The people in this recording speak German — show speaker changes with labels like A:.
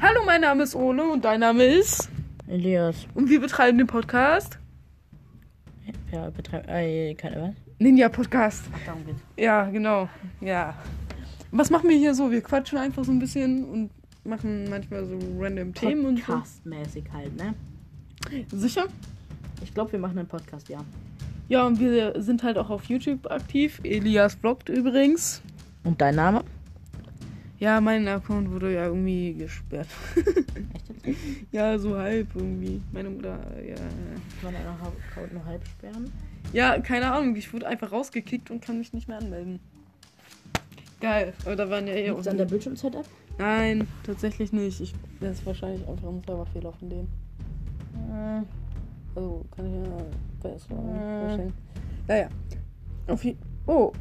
A: Hallo, mein Name ist Ole und dein Name ist.
B: Elias.
A: Und wir betreiben den Podcast
B: Ja, betreibt. Äh, keine Ahnung.
A: Ninja Podcast.
B: Darum geht's.
A: Ja, genau. Ja. Was machen wir hier so? Wir quatschen einfach so ein bisschen und machen manchmal so random Themen und so.
B: Podcast-mäßig halt, ne?
A: Sicher?
B: Ich glaube, wir machen einen Podcast, ja.
A: Ja, und wir sind halt auch auf YouTube aktiv. Elias vloggt übrigens.
B: Und dein Name?
A: Ja, mein Account wurde ja irgendwie gesperrt.
B: Echt jetzt? Kann
A: ja, so halb irgendwie. Meine Mutter, ja.
B: man deinen Account nur halb sperren?
A: Ja, keine Ahnung. Ich wurde einfach rausgekickt und kann mich nicht mehr anmelden. Geil. Aber da waren ja eh
B: Liegt's an der Bildschirmzeit ab?
A: Nein, tatsächlich nicht. Ich, das ist wahrscheinlich einfach ein Serverfehler von denen. Also kann ich ja besser
B: Äh.
A: vorstellen. Naja. Auf je- oh,